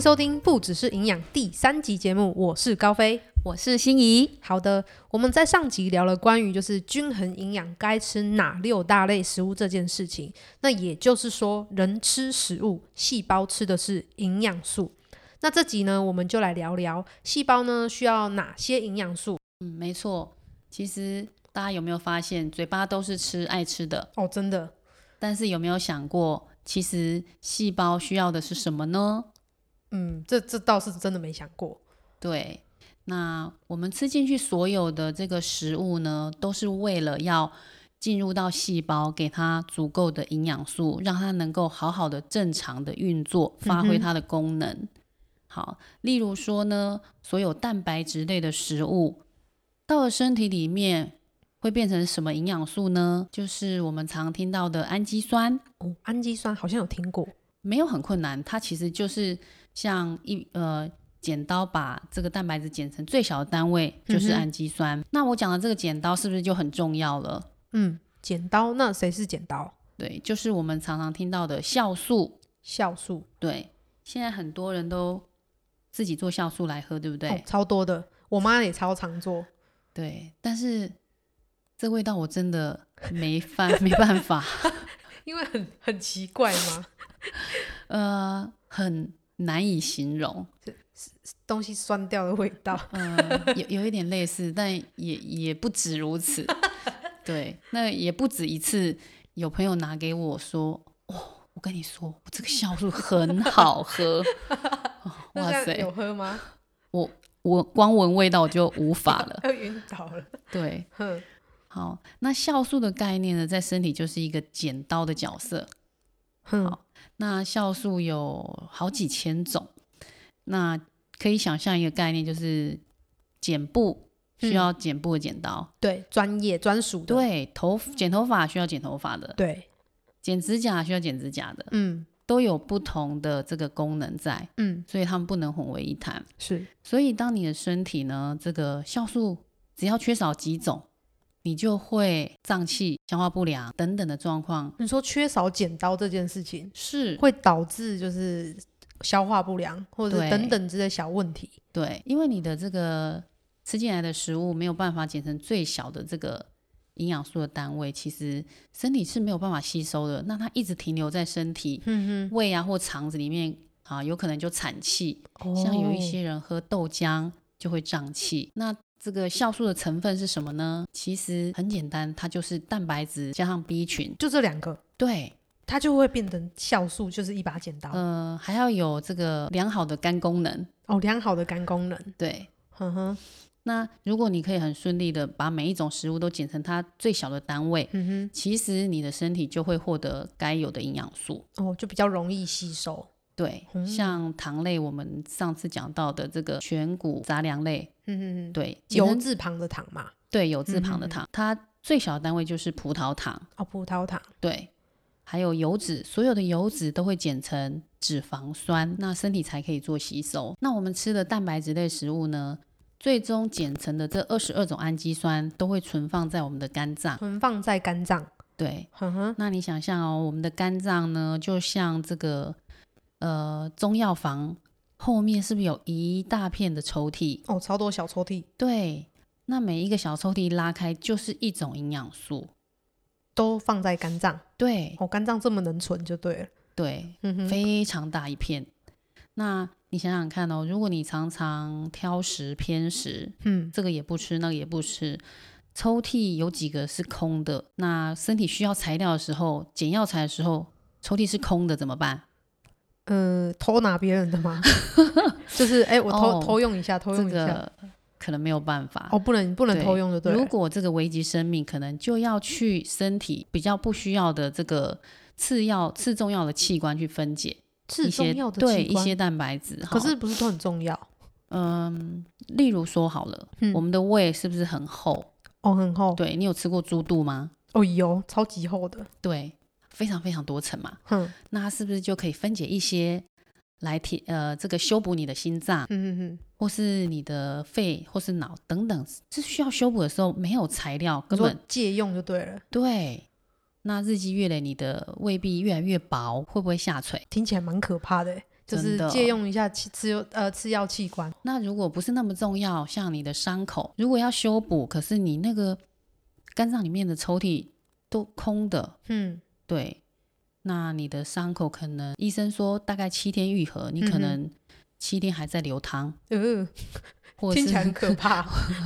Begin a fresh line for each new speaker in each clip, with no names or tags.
收听《不只是营养》第三集节目，我是高飞。
我是心仪，
好的，我们在上集聊了关于就是均衡营养该吃哪六大类食物这件事情。那也就是说，人吃食物，细胞吃的是营养素。那这集呢，我们就来聊聊细胞呢需要哪些营养素
嗯，没错。其实大家有没有发现，嘴巴都是吃爱吃的，
哦。真的，
但是有没有想过，其实细胞需要的是什么呢？
嗯，这这倒是真的没想过。
对，那我们吃进去所有的这个食物呢，都是为了要进入到细胞，给它足够的营养素，让它能够好好的正常的运作，发挥
嗯哼
它的功能。好，例如说呢，所有蛋白质类的食物到了身体里面。会变成什么营养素呢？就是我们常听到的氨基酸，
哦，氨基酸好像有听过。
没有很困难，它其实就是像一呃剪刀把这个蛋白质剪成最小的单位，就
嗯
是
哼
氨基酸。那我讲的这个剪刀是不是就很重要了？
嗯，剪刀，那谁是剪刀？
对，就是我们常常听到的酵素。
酵素，
对，现在很多人都自己做酵素来喝，对不对？
哦，超多的。我妈也超常做，
对，但是这味道我真的没办没办法，
因为很很奇怪嘛，
呃，很难以形容。
东西酸掉的味 道。嗯
呃，有有一点类似，但也也不止如此。 对，那也不止一次，有朋友拿给我说：“哦，我跟你说，我这个酵素很 好喝。哦
那
哇
这样
塞
有，喝吗？
我光闻味道我就无法了。
要晕倒了。
对，
哼，
好，那酵素的概念呢，在身体就是一个剪刀的角色。
哼嗯
好，那酵素有好几千种，那可以想象一个概念，就是剪布需要
嗯
剪布的剪刀。
对，专业专属的，
对，头剪头发需要剪头发的，
对，
剪指甲需要剪指甲的，
嗯
都有不同的这个功能在，
嗯，
所以它们不能混为一谈。
是，
所以当你的身体呢，这个酵素只要缺少几种，你就会胀气、消化不良等等的状况。
你说缺少剪刀这件事情
是，
会导致就是消化不良，或者是
对
等等之类小问题。
对，因为你的这个吃进来的食物没有办法剪成最小的这个营养素的单位，其实身体是没有办法吸收的。那它一直停留在身体，
嗯
胃啊或肠子里面啊，有可能就产气。
哼
像有一些人喝豆浆就会胀气。那这个酵素的成分是什么呢？其实很简单，它就是蛋白质加上 B 群。
就这两个，
对，
它就会变成酵素，就是一把剪刀。
呃，还要有这个良好的肝功能。
哦，良好的肝功能。
对，
哼哼，
那如果你可以很顺利的把每一种食物都剪成它最小的单位，
嗯
其实你的身体就会获得该有的营养素。
哼，哦，就比较容易吸收。
对，
嗯
像糖类，我们上次讲到的这个全谷杂粮类，
嗯嗯嗯，
对，剪
油
成
字旁的糖嘛，
对，有字旁
嗯
的
嗯嗯
糖，它最小的单位就是葡萄糖，
哦，葡萄糖。
对，还有油脂，所有的油脂都会减成脂肪酸，那身体才可以做吸收。那我们吃的蛋白质类食物呢，最终减成的这二十二种氨基酸都会存放在我们的肝脏，
存放在肝脏。
对。
哼哼，
那你想象哦，我们的肝脏呢，就像这个呃中药房后面是不是有一大片的抽屉？
哦，超多小抽屉
对，那每一个小抽屉拉开就是一种营养素。
都放在肝脏。
对
哦，肝脏这么能存就对了。
对，
嗯哼，
非常大一片。那你想想看哦，如果你常常挑食偏食，
嗯，
这个也不吃，那个也不吃，抽屉有几个是空的？那身体需要材料的时候，捡药材的时候，抽屉是空的怎么办？
呃，偷拿别人的吗？ 就是哎、我偷、
哦
偷用一下，偷
这
用一下。
个可能没有办法。
哦，不能不能
对
偷用就对了。
如果这个危及生命，可能就要去身体比较不需要的这个次要、次重要的器官去分解
是
一些
重要的
对
器
一
官
些蛋白质。
可
哈
是不是都很重要？
嗯，例如说好了，
嗯
我们的胃是不是很厚？
哦，很厚。
对你有吃过猪肚吗？
哦，有超级厚的。
对，非常非常多层嘛。
哼，
那它是不是就可以分解一些来提呃这个修补你的心脏，
嗯嗯嗯，
或是你的肺，或是脑等等，是需要修补的时候没有材料，
你
根
说
本
借用就对了，
对。那日积月累，你的胃壁越来越薄，会不会下垂？
听起来蛮可怕的欸。就
真
是
的
借用一下吃吃药呃吃药器官，
那如果不是那么重要，像你的伤口，如果要修补，可是你那个肝脏里面的抽屉都空的，
嗯，
对，那你的伤口可能医生说大概七天愈合，你可
嗯哼
能七天还在流汤，
呃，
或者
听起来很
是
可怕。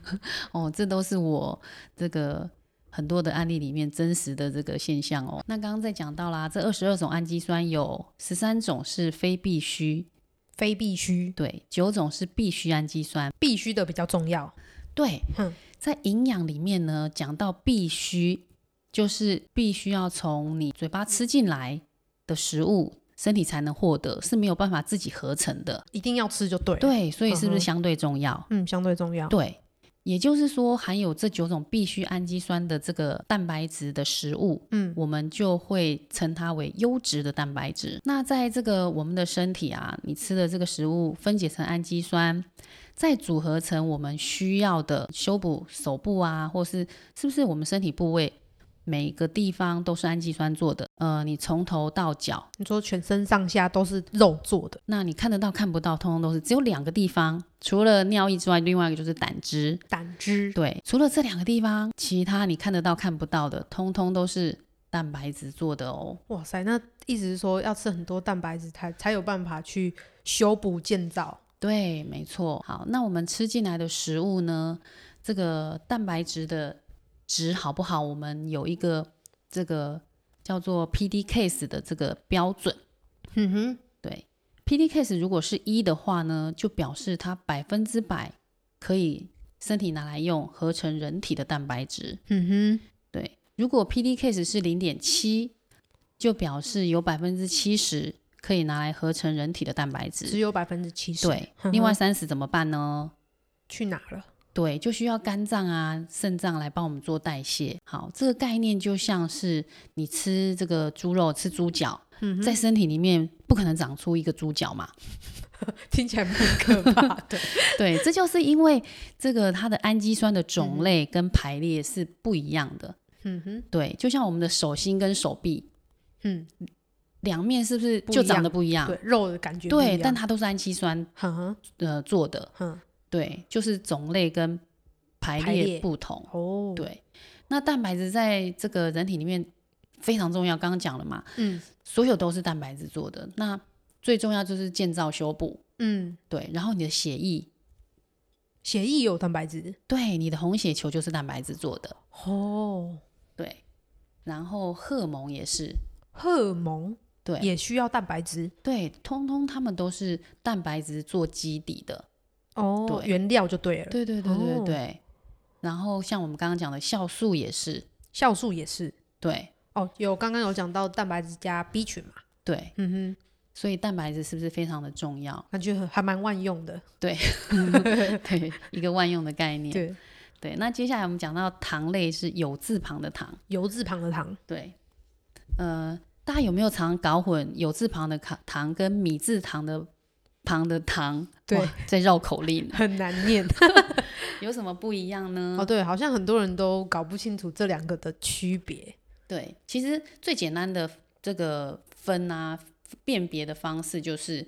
哦，这都是我这个很多的案例里面真实的这个现象哦。那刚刚在讲到啦，这二十二种氨基酸有十三种是非必需，
非必须，
对，九种是必需氨基酸，
必须的比较重要。
对
哼，
在营养里面呢，讲到必须，就是必须要从你嘴巴吃进来的食物，身体才能获得，是没有办法自己合成的。
一定要吃就对了。，
对，所以是
嗯
不
哼
是相对重要？
嗯，相对重要。
对，也就是说，含有这九种必需氨基酸的这个蛋白质的食物。
嗯，
我们就会称它为优质的蛋白质。那在这个我们的身体啊，你吃的这个食物分解成氨基酸，再组合成我们需要的修补手部啊，或是是不是我们身体部位每个地方都是氨基酸做的？呃，你从头到脚，
你说全身上下都是肉做的，
那你看得到看不到，通通都是只有两个地方，除了尿液之外，另外一个就是胆汁。
胆汁
对，除了这两个地方，其他你看得到看不到的，通通都是蛋白质做的哦。
哇塞，那意思是说要吃很多蛋白质才才有办法去修补建造。
对，没错。好，那我们吃进来的食物呢，这个蛋白质的值好不好？我们有一个这个叫做 PDCase 的这个标准。
嗯哼，
对，PDCase 如果是一的话呢，就表示它百分之百可以身体拿来用，合成人体的蛋白质。
嗯哼，
对，如果 PD case 是零点七，就表示有百分之七十可以拿来合成人体的蛋白
只
质。
有百分之七十。嗯
对
哼，哼
另外三十怎么办呢？
去哪了？
对，就需要肝脏啊、肾脏来帮我们做代谢。好，这个概念就像是你吃这个猪肉、吃猪脚，
嗯哼，
在身体里面不可能长出一个猪脚嘛。
听起来蛮可怕的。
对，这就是因为这个它的氨基酸的种类跟排列是不一样的。
嗯哼，
对，就像我们的手心跟手臂，
嗯，
两面是不是
不
就
一
长
样
得不一样？
对，肉的感觉不
对，
一样
但它都是氨基酸
哼哼
呃做的，
哼，
对，就是种类跟排
排列
列不同。
哦，，
对，那蛋白质在这个人体里面非常重要，刚刚讲了嘛，
嗯
所有都是蛋白质做的。那最重要就是建造修补，
嗯，
对，然后你的血液，
血液有蛋白质
对，你的红血球就是蛋白质做的，
哦，
对，然后荷尔蒙也是，
荷尔蒙
对，
也需要蛋白质
对，通通它们都是蛋白质做基底的，
哦，
对
原料就对了。
对对对对
哦
对。然后像我们刚刚讲的酵素也是，
酵素也是
对，
哦，有刚刚有讲到蛋白质加 B 群嘛，
对，
嗯哼，
所以蛋白质是不是非常的重要？
感觉很还蛮万用的。
对，一个万用的概念。
对，
对那接下来我们讲到糖类是有字旁的糖，
油字旁的糖，
对，呃，大家有没有常搞混有字旁的糖糖跟米字旁的旁的糖？
对
哇，在绕口令，
很难念。
有什么不一样呢？
哦，对，好像很多人都搞不清楚这两个的区别。
对，其实最简单的这个分啊辨别的方式就是，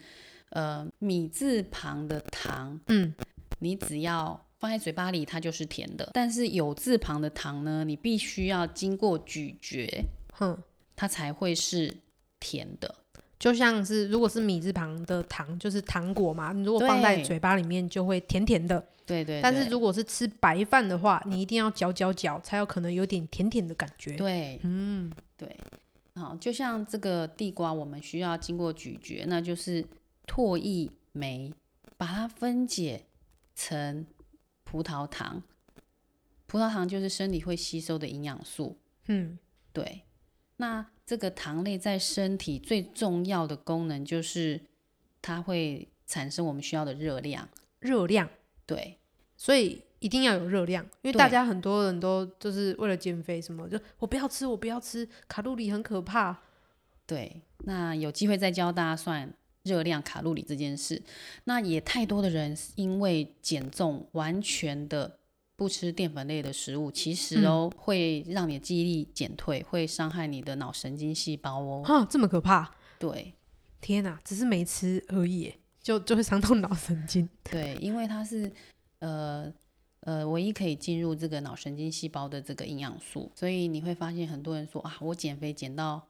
呃，米字旁的糖，
嗯，
你只要放在嘴巴里，它就是甜的；但是有字旁的糖呢，你必须要经过咀嚼，
哼，
它才会是甜的。
就像是如果是米字旁的糖，就是糖果嘛，你如果放在
对
嘴巴里面就会甜甜的。
对对
但是
对
如果是吃白饭的话，你一定要嚼嚼嚼，才有可能有点甜甜的感觉。
对
嗯，
对，好，就像这个地瓜，我们需要经过咀嚼，那就是唾液酶把它分解成葡萄糖，葡萄糖就是身体会吸收的营养素。
嗯，
对，那这个糖类在身体最重要的功能就是它会产生我们需要的热量。
热量，
对，
所以一定要有热量，因为
对
大家很多人都就是为了减肥什么，就我不要吃，我不要吃，卡路里很可怕。
对，那有机会再教大家算热量、卡路里这件事。那也太多的人是因为减重，完全的不吃淀粉类的食物，其实哦、会让你的记忆力减退，会伤害你的脑神经细胞哦。
哈，这么可怕！
对，
天哪，只是没吃而已耶，就就会伤到脑神经。
对，因为它是呃呃唯一可以进入这个脑神经细胞的这个营养素，所以你会发现很多人说啊，我减肥减到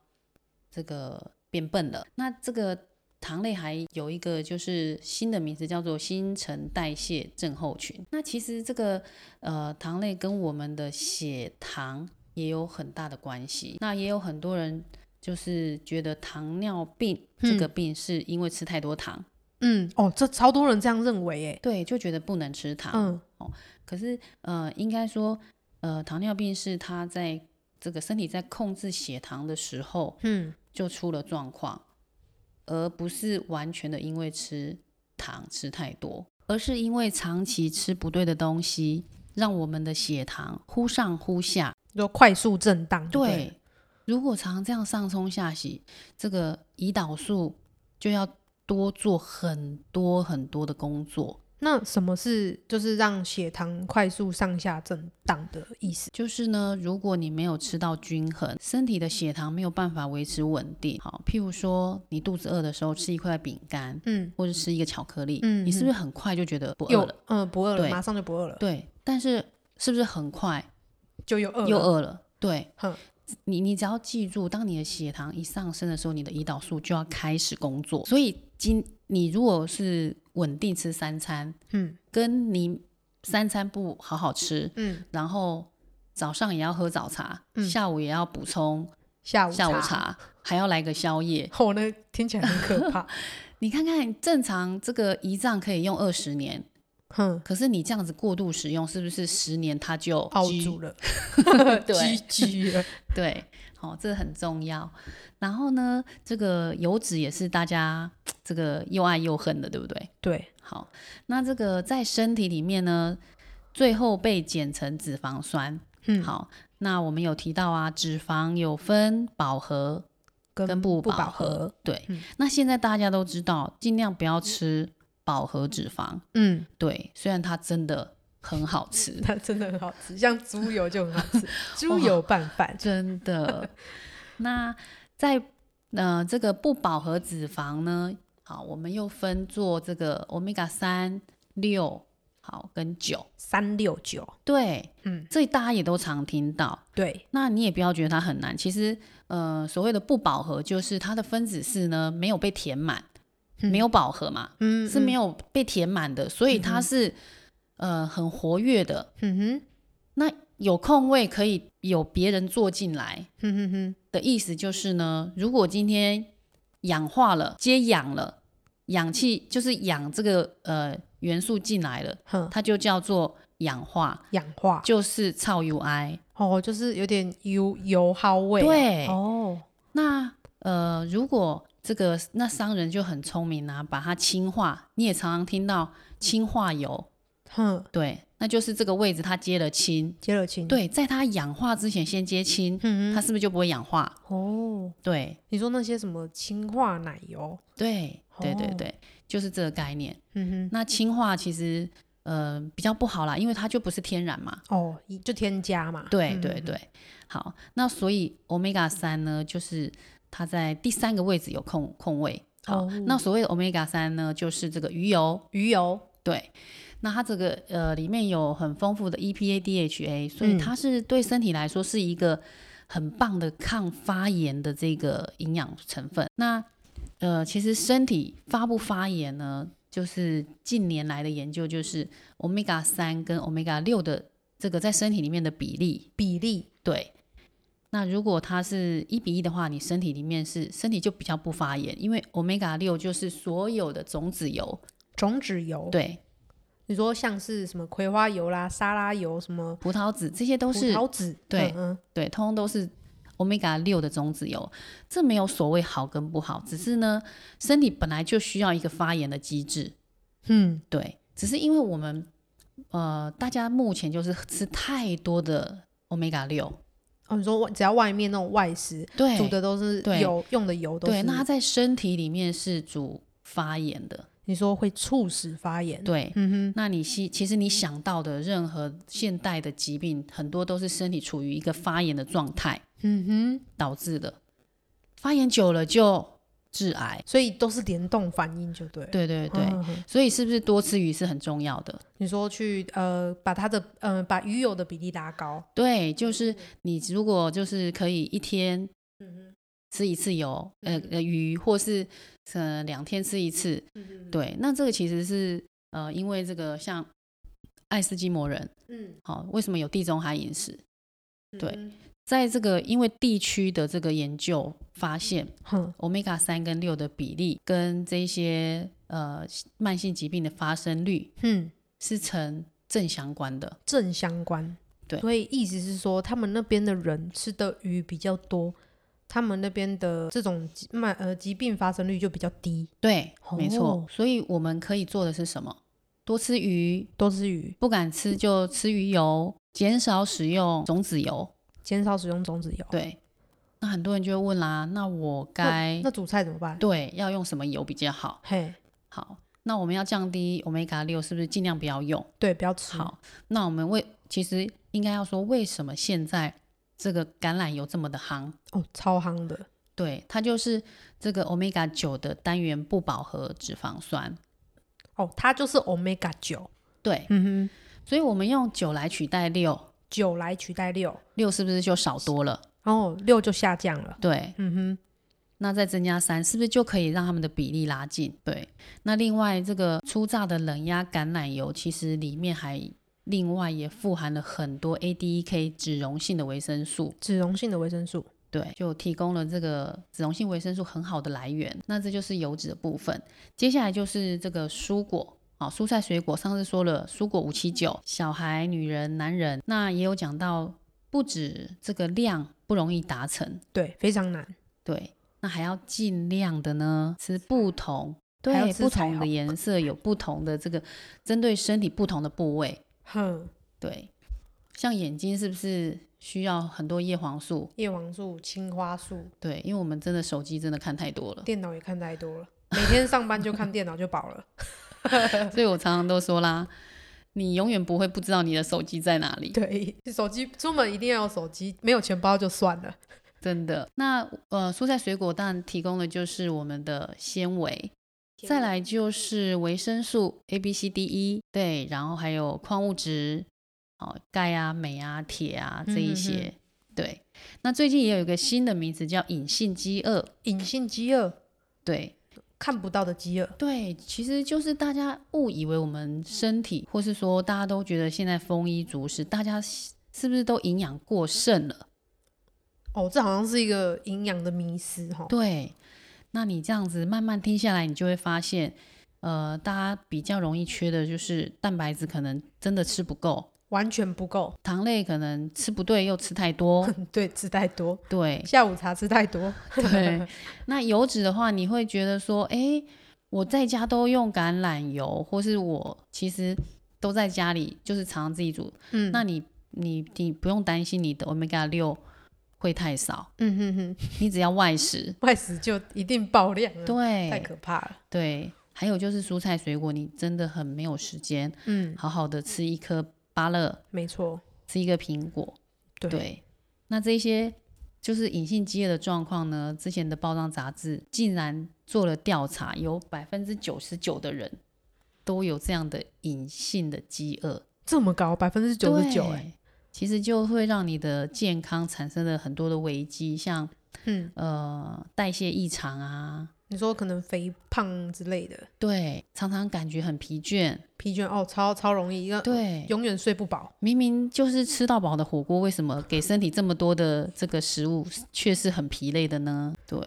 这个变笨了。那这个糖类还有一个就是新的名词叫做新陈代谢症候群。那其实这个呃糖类跟我们的血糖也有很大的关系。那也有很多人就是觉得糖尿病这个病是因为吃太多糖。
嗯，哦，这超多人这样认为诶。
对，就觉得不能吃糖。
嗯
可是呃，应该说呃，糖尿病是他在这个身体在控制血糖的时候
嗯，
就出了状况，而不是完全的因为吃糖吃太多，而是因为长期吃不对的东西，让我们的血糖忽上忽下。
就快速震荡就对了。
对，如果常这样上冲下洗，这个胰岛素就要多做很多很多的工作。
那什么是就是让血糖快速上下震荡的意思？
就是呢，如果你没有吃到均衡，身体的血糖没有办法维持稳定。好，譬如说你肚子饿的时候吃一块饼干，
嗯，
或者吃一个巧克力，
嗯
你是不
嗯
是很快就觉得不
又
饿了？
嗯、不饿了，
对
马上就不饿了，
对，但是是不是很快
就又饿了，
又饿了？对
哼，
你你只要记住，当你的血糖一上升的时候，你的胰岛素就要开始工作。所以今你如果是稳定吃三餐，
嗯
跟你三餐不好好吃，
嗯，
然后早上也要喝早茶，
嗯
下午也要补充
下午
下午，茶，还要来个宵夜。
我、那听起来很可 怕，
你看看，正常这个胰脏可以用二十年，
哼，
可是你这样子过度使用，是不是十年它就
熬
居
住哦 了，
对
居居了，
对，好、这很重要。然后呢，这个油脂也是大家这个又爱又恨的，对不对？
对，
好，那这个在身体里面呢，最后被减成脂肪酸。
嗯，
好，那我们有提到啊，脂肪有分饱和
跟
跟不
不
饱
饱
和。对，
嗯
那现在大家都知道，尽量不要吃饱和脂肪。
嗯，
对，虽然它真的很好 吃，
它真的很好吃，像猪油就很好 吃，猪油拌饭，
真的。 那在呃这个不饱和脂肪呢，好，我们又分做这个 omega 三六好跟九，
三六九，
对，
嗯，
这大家也都常听到。
对，
那你也不要觉得它很难，其实呃所谓的不饱和就是它的分子式呢没有被填满，
嗯
没有饱和嘛，
嗯，
是没
有，
有被填满的，所以它是、呃很活跃的，
嗯哼，
有空位可以有别人坐进来
嗯哼哼，
的意思就是呢，如果今天氧化了、接氧了，氧气就是氧这个呃元素进来了，
哼，
它就叫做氧化，
氧化，
就是超 UI。
哦，就是有点油油耗味啊，
对
哦，
那呃，如果这个那商人就很聪明啊，把它氢化，你也常常听到氢化油，
哼，
对，那就是这个位置它接了氢，
接了亲，，
对，在它氧化之前先接氢，
嗯
它
哼，
是不是就不会氧化？
哦，
对，
你说那些什么氢化奶油，
对，对对
哦
对，就是这个概念。
嗯
那氢化其实呃比较不好啦，因为它就不是天然嘛。
哼，哦，一就添加嘛，
对
嗯
对，对，好，那所以 omega 三呢，就是它在第三个位置有空空位。好，
哦
那所谓的 omega 三呢，就是这个鱼油。
鱼油，
对，那它这个呃里面有很丰富的 E EPA、DHA，所以
嗯
它是对身体来说是一个很棒的抗发炎的这个营养成分。那呃，其实身体发不发炎呢，就是近年来的研究就是 omega 三跟 omega 六的这个在身体里面的比例。
比例，
对，那如果它是一比一的话，你身体里面是身体就比较不发炎，因为 omega 六就是所有的种子油，
种子油，
对，
你说像是什么葵花油啦、沙拉油什么。
葡萄籽这些都
葡
是
萄籽，
对
嗯
对，通通都是 omega 六的种子油，这没有所谓好跟不好，只是呢，身体本来就需要一个发炎的机制，
嗯，
对，只是因为我们呃，大家目前就是吃太多的 omega 六，
哦，你说外只要外面那种外食
对
煮的都是
对
油，用的油都
对，
是，
那它在身体里面是主发炎的，
你说会促使发炎，，
对。
嗯
那你其其实你想到的任何现代的疾病，很多都是身体处于一个发炎的状态
哼，嗯哼，
导致的。发炎久了就致癌。
所以都是联动反应，就对。
对对对，
嗯，嗯嗯
所以是不是多吃鱼是很重要的？
你说去呃把它的呃把鱼油的比例拉高，
对，就是你如果就是可以一天
嗯
吃一次油，呃呃鱼，或是呃两天吃一次，
嗯，
对，那这个其实是呃因为这个像爱斯基摩人，
嗯，
哦，为什么有地中海饮食？对
嗯，
在这个因为地区的这个研究发现
哼，
，omega 三跟六的比例跟这些呃慢性疾病的发生率
嗯，
是呈正相关的。
正相关。
对
所以意思是说，他们那边的人吃的鱼比较多，他们那边的这种疾慢呃疾病发生率就比较低，
对，没
哦
错。所以我们可以做的是什么？多吃鱼，
多吃鱼，
不敢吃就吃鱼油，减少使用种子油。
减少使用种子油。
对，那很多人就会问啦，那我该
那煮菜怎么办？
对要用什么油比较好？
嘿，
好，那我们要降低 omega 六，是不是尽量不要用？
对，不要吃。
好，那我们为其实应该要说，为什么现在这个橄榄油这么的夯？
哦，超夯的。
对，它就是这个 omega 九的单元不饱和脂肪酸。
哦，它就是 omega 九，
对，
嗯哼，
所以我们用九来取代六，
九来取代六，
六是不是就少多了？
然后六就下降了。
对，
嗯
那再增加三，是不是就可以让它们的比例拉近？对，那另外这个初榨的冷压橄榄油，其实里面还另外也富含了很多 ADEK 脂溶性的维生素。
哼，脂溶性的维生素。
对，就提供了这个脂溶性维生素很好的来源。那这就是油脂的部分。接下来就是这个蔬果啊、蔬菜水果。上次说了，蔬果五七九，小孩、女人、男人，那也有讲到，不止这个量不容易达成，
对，非常难。
对，那还要尽量的呢吃不同，
还要
对，
吃
不
彩
同的
虹
颜色有不同的这个针对身体不同的部位，
哼，
对，像眼睛是不是需要很多叶黄素？
叶黄素、青花素，
对，因为我们真的手机真的看太多了，
电脑也看太多了，每天上班就看电脑就饱了。
所以我常常都说啦，你永远不会不知道你的手机在哪里，
对，手机出门一定要有手机，没有钱包就算了。
真的。那呃，蔬菜水果当然提供的就是我们的纤维，再来就是维生素 A、B、C、D、E，对，然后还有矿物质，哦，钙啊、镁啊、铁啊这
嗯嗯
一
嗯
些。对，那最近也有一个新的名词叫隐性饥饿。
隐性饥饿，
对
看不到的饥饿。
对，其实就是大家误以为我们身体，或是说大家都觉得现在丰衣足食，大家是是不是都营养过剩了？
哦，这好像是一个营养的迷思哈。
对，那你这样子慢慢听下来，你就会发现，呃，大家比较容易缺的就是蛋白质，可能真的吃不够，
完全不够，，
糖类可能吃不对又吃太多
对，吃太多，
对
下午茶吃太多，
对。那油脂的话，你会觉得说，诶，我在家都用橄榄油，或是我其实都在家里，就是常常自己煮，
嗯，
那你你你不用担心你的 omega 六会太少，
嗯哼哼，
你只要外食，
外食就一定爆量了，
对，
嗯太可怕了。
对，还有就是蔬菜水果，你真的很没有时间
嗯，
好好的吃一颗芭乐，
没错，
吃一个苹果。
对
那这些就是隐性饥饿的状况呢，之前的报章杂志竟然做了调查，有百分之九十九的人都有这样的隐性的饥饿，
这么高，百分之九十九，哎，
对。其实就会让你的健康产生了很多的危机，像
嗯，
呃代谢异常啊，
你说可能肥胖之类的，
对，常常感觉很疲倦，
疲倦哦，超超容易，要
对，
永远睡不饱，
明明就是吃到饱的火锅，为什么给身体这么多的这个食物，却是很疲累的呢？对，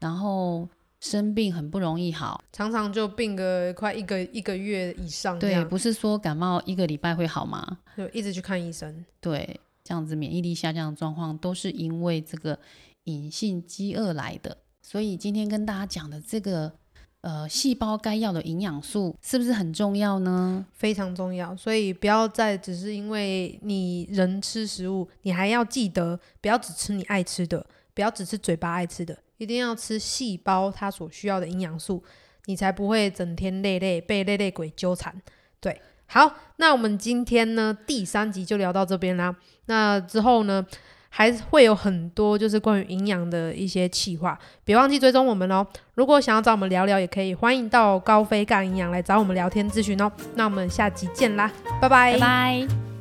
然后生病很不容易好，
常常就病个快一个一个月以上嗯这
对，
样，
不是说感冒一个礼拜会好吗？
就一直去看医生。
对，这样子免疫力下降的状况，都是因为这个隐性饥饿来的。所以今天跟大家讲的这个，呃，细胞该要的营养素是不是很重要呢？
非常重要，所以不要再只是因为你人吃食物，你还要记得不要只吃你爱吃的，不要只吃嘴巴爱吃的，一定要吃细胞它所需要的营养素，你才不会整天累累被累累鬼纠缠。对，好，那我们今天呢第三集就聊到这边啦。那之后呢，还会有很多就是关于营养的一些企划，别忘记追踪我们哦。如果想要找我们聊聊，也可以欢迎到高飞干营养来找我们聊天咨询哦。那我们下集见啦，拜拜
拜拜。